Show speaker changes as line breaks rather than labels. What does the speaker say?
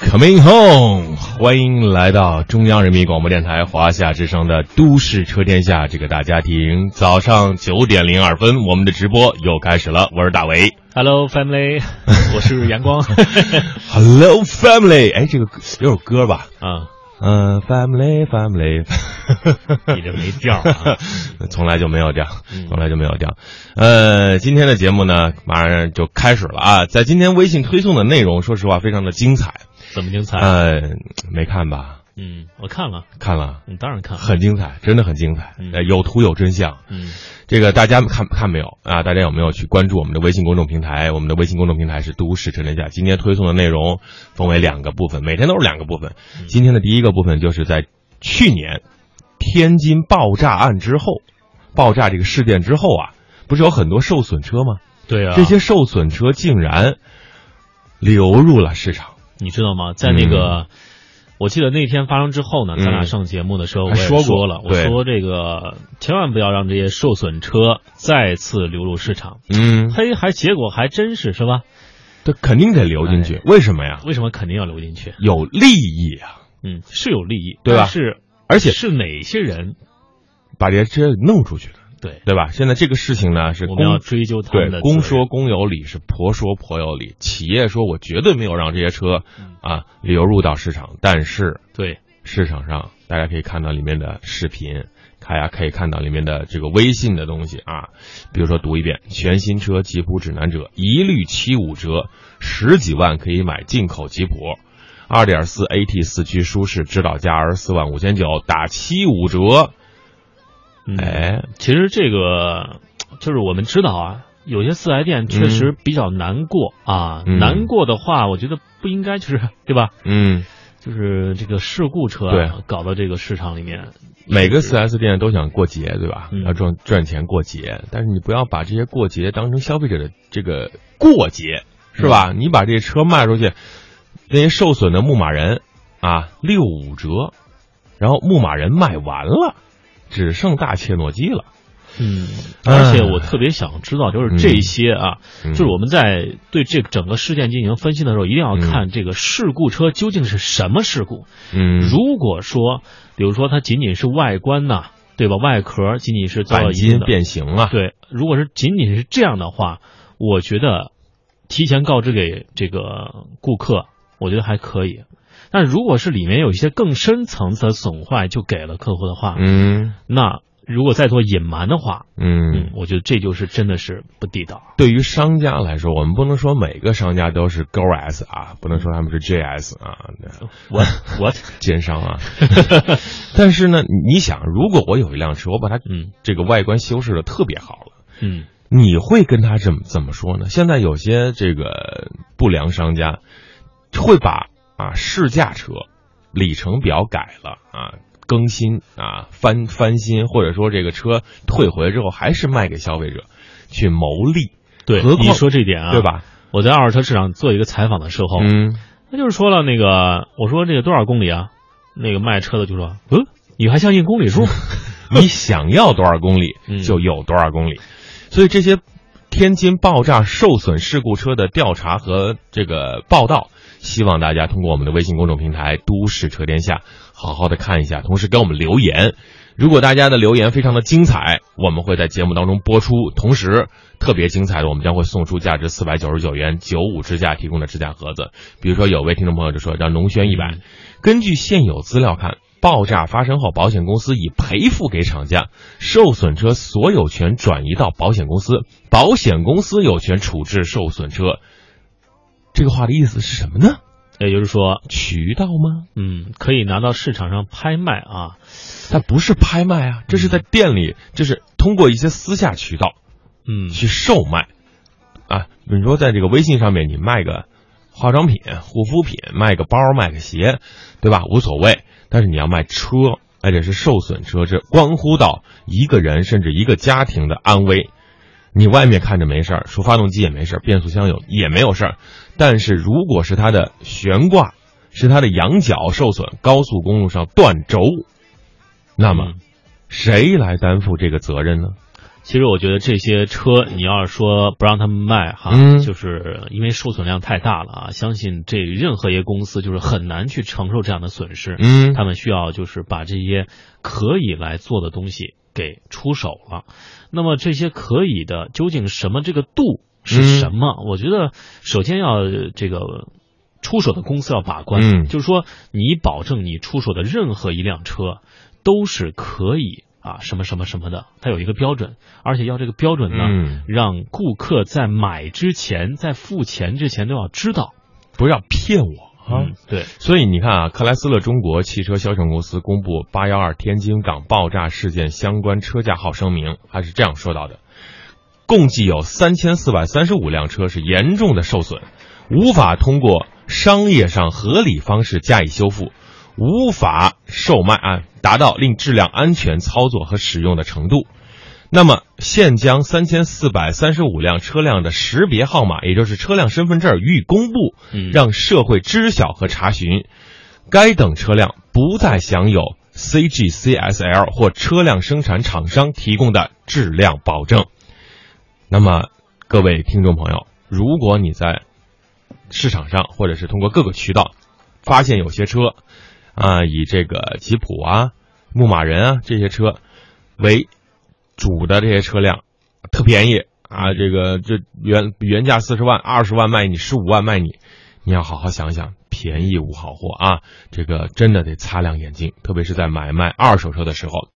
Coming Home，欢迎来到中央人民广播电台华夏之声的《都市车天下》这个大家庭。早上九点零二分，我们的直播又开始了。我是大伟
Hello family，我是阳光
，Hello Family。哎，这个有首歌吧？
啊，
嗯、f a m i l y Family，
你这没 调啊！
从来就没有这样，
嗯
从来就没有这样。呃，今天的节目呢，马上就开始了啊！在今天微信推送的内容，说实话非常的精彩。
怎么精彩？
呃，没看吧？
嗯，我看了，
看了，
嗯，当然看了。
很精彩，真的很精彩，
嗯
呃有图有真相。
嗯，
这个大家看看没有啊？大家有没有去关注我们的微信公众平台？我们的微信公众平台是“都市陈天下”。今天推送的内容分为两个部分，每天都是两个部分。
嗯
今天的第一个部分就是在去年天津爆炸案之后，爆炸这个事件之后啊，不是有很多受损车吗？
对啊，
这些受损车竟然流入了市场，
你知道吗？在那
嗯
个，我记得那天发生之后呢，咱俩上节目的时候我
还
也
说过
说了，我
对
说这个千万不要让这些受损车再次流入市场。
嗯，
嘿，还结果还真是是吧？
这肯定得流进
哎
去。为什么呀？
为什么肯定要流进去？
有利益啊！
嗯，是有利益，
对吧
但是
而且
是哪些人？
把这些车弄出去的，
对，
对吧？现在这个事情呢是
我
公
们要追究他们
对
的
公
责任
说公有理，是婆说婆有理。企业说我绝对没有让这些车啊流入到市场，但是
对，
市场上大家可以看到里面的视频，大家可以看到里面的这个微信的东西啊，比如说读一遍：全新车吉普指南者一律七五折，十几万可以买进口吉普。二点四 AT 四驱舒适指导价二十四万五千九，打七五折。
嗯
哎，
其实这个就是我们知道啊，有些四 S 店确实比较难过、啊。
嗯
难过的话，我觉得不应该就是对吧？
嗯，
就是这个事故车、啊
对、
搞到这个市场里面，
每个 4S 店都想过节，对吧？
嗯
要赚赚钱过节，但是你不要把这些过节当成消费者的这个过节，是吧？
嗯
你把这些车卖出去，那些受损的牧马人啊，六五折，然后牧马人卖完了，只剩大切诺基了。
嗯。
哎
而且我特别想知道，就是这些啊，
嗯
就是我们在对这个整个事件进行分析的时候，一定要看这个事故车究竟是什么事故。
嗯，
如果说，比如说它仅仅是外观呐、对吧？外壳仅仅是遭
钣
到一定
金
的
变形啊，
对，如果是仅仅是这样的话，我觉得提前告知给这个顾客，我觉得还可以。但如果是里面有一些更深层次的损坏，就给了客户的话，
嗯
那如果再做隐瞒的话，
嗯
嗯，，我觉得这就是真的是不 地道。
对于商家来说，我们不能说每个商家都是勾 S 啊，不能说他们是 JS 啊，对
我我
奸商啊。 但是呢，你你想，如果我有一辆车，我把它
嗯
这个外观修饰的特别好了，
嗯
你会跟他怎么怎么说呢？现在有些这个不良商家会把啊试驾车里程表改了啊。更新啊，翻翻新，或者说这个车退回之后还是卖给消费者，去谋利，
对，
何
你
况
说这一点啊，哦
对？吧？
我在二手车市场做一个采访的时候，
嗯，
他就是说了那个，我说这个多少公里啊？那个卖车的就说，嗯，你还相信公 里数？
你想要多少公里
嗯
就有多少公里，所以这些天津爆炸受损事故车的调查和这个报道，希望大家通过我们的微信公众平台“都市车天下”好好的看一下，同时给我们留言。如果大家的留言非常的精彩，我们会在节目当中播出。同时，特别精彩的，我们将会送出价值四百九十九元九五支架提供的支架盒子。比如说，有位听众朋友就说叫农轩一百，根据现有资料看，爆炸发生后，保险公司已赔付给厂家，受损车所有权转移到保险公司，保险公司有权处置受损车。这个话的意思是什么呢？
也就是说，
渠道吗？
嗯，可以拿到市场上拍卖啊。
它不是拍卖啊，这是在店里，这是通过一些私下渠道
嗯，
去售卖。啊，你说在这个微信上面，你卖个化妆品、护肤品，卖个包、卖个鞋，对吧？无所谓。但是你要卖车，而且是受损车，这关乎到一个人甚至一个家庭的安危。你外面看着没事儿，说发动机也没事儿，变速箱有也没有事儿，但是如果是它的悬挂、是它的仰角受损，高速公路上断轴，那么
嗯
谁来担负这个责任呢？
其实我觉得这些车，你要是说不让他们卖哈，
嗯
就是因为受损量太大了啊，相信这任何一个公司就是很难去承受这样的损失。
嗯
他们需要就是把这些可以来做的东西给出手了。那么这些可以的究竟什么这个
嗯
度是什么？我觉得首先要呃这个出手的公司要把关，
嗯
就是说你保证你出手的任何一辆车都是可以啊什么什么什么的，它有一个标准，而且要这个标准呢。
嗯，
让顾客在买之前，在付钱之前都要知道
不要骗我啊！
嗯，对，
所以你看啊，克莱斯勒中国汽车销售公司公布八幺二天津港爆炸事件相关车架号声明，它是这样说到的：共计有三千四百三十五辆车是严重的受损，无法通过商业上合理方式加以修复，无法售卖啊，达到令质量安全操作和使用的程度。那么，现将三千四百三十五辆车辆的识别号码，也就是车辆身份证儿予以公布，
嗯，
让社会知晓和查询，该等车辆不再享有 CGCSL 或车辆生产厂商提供的质量保证。那么，各位听众朋友，如果你在市场上或者是通过各个渠道发现有些车啊，以这个吉普啊、牧马人啊这些车为主的这些车辆，特便宜啊，这个这原原价四十万，二十万卖你，十五万卖你，你要好好想想，便宜无好货啊！这个真的得擦亮眼睛，特别是在买卖二手车的时候，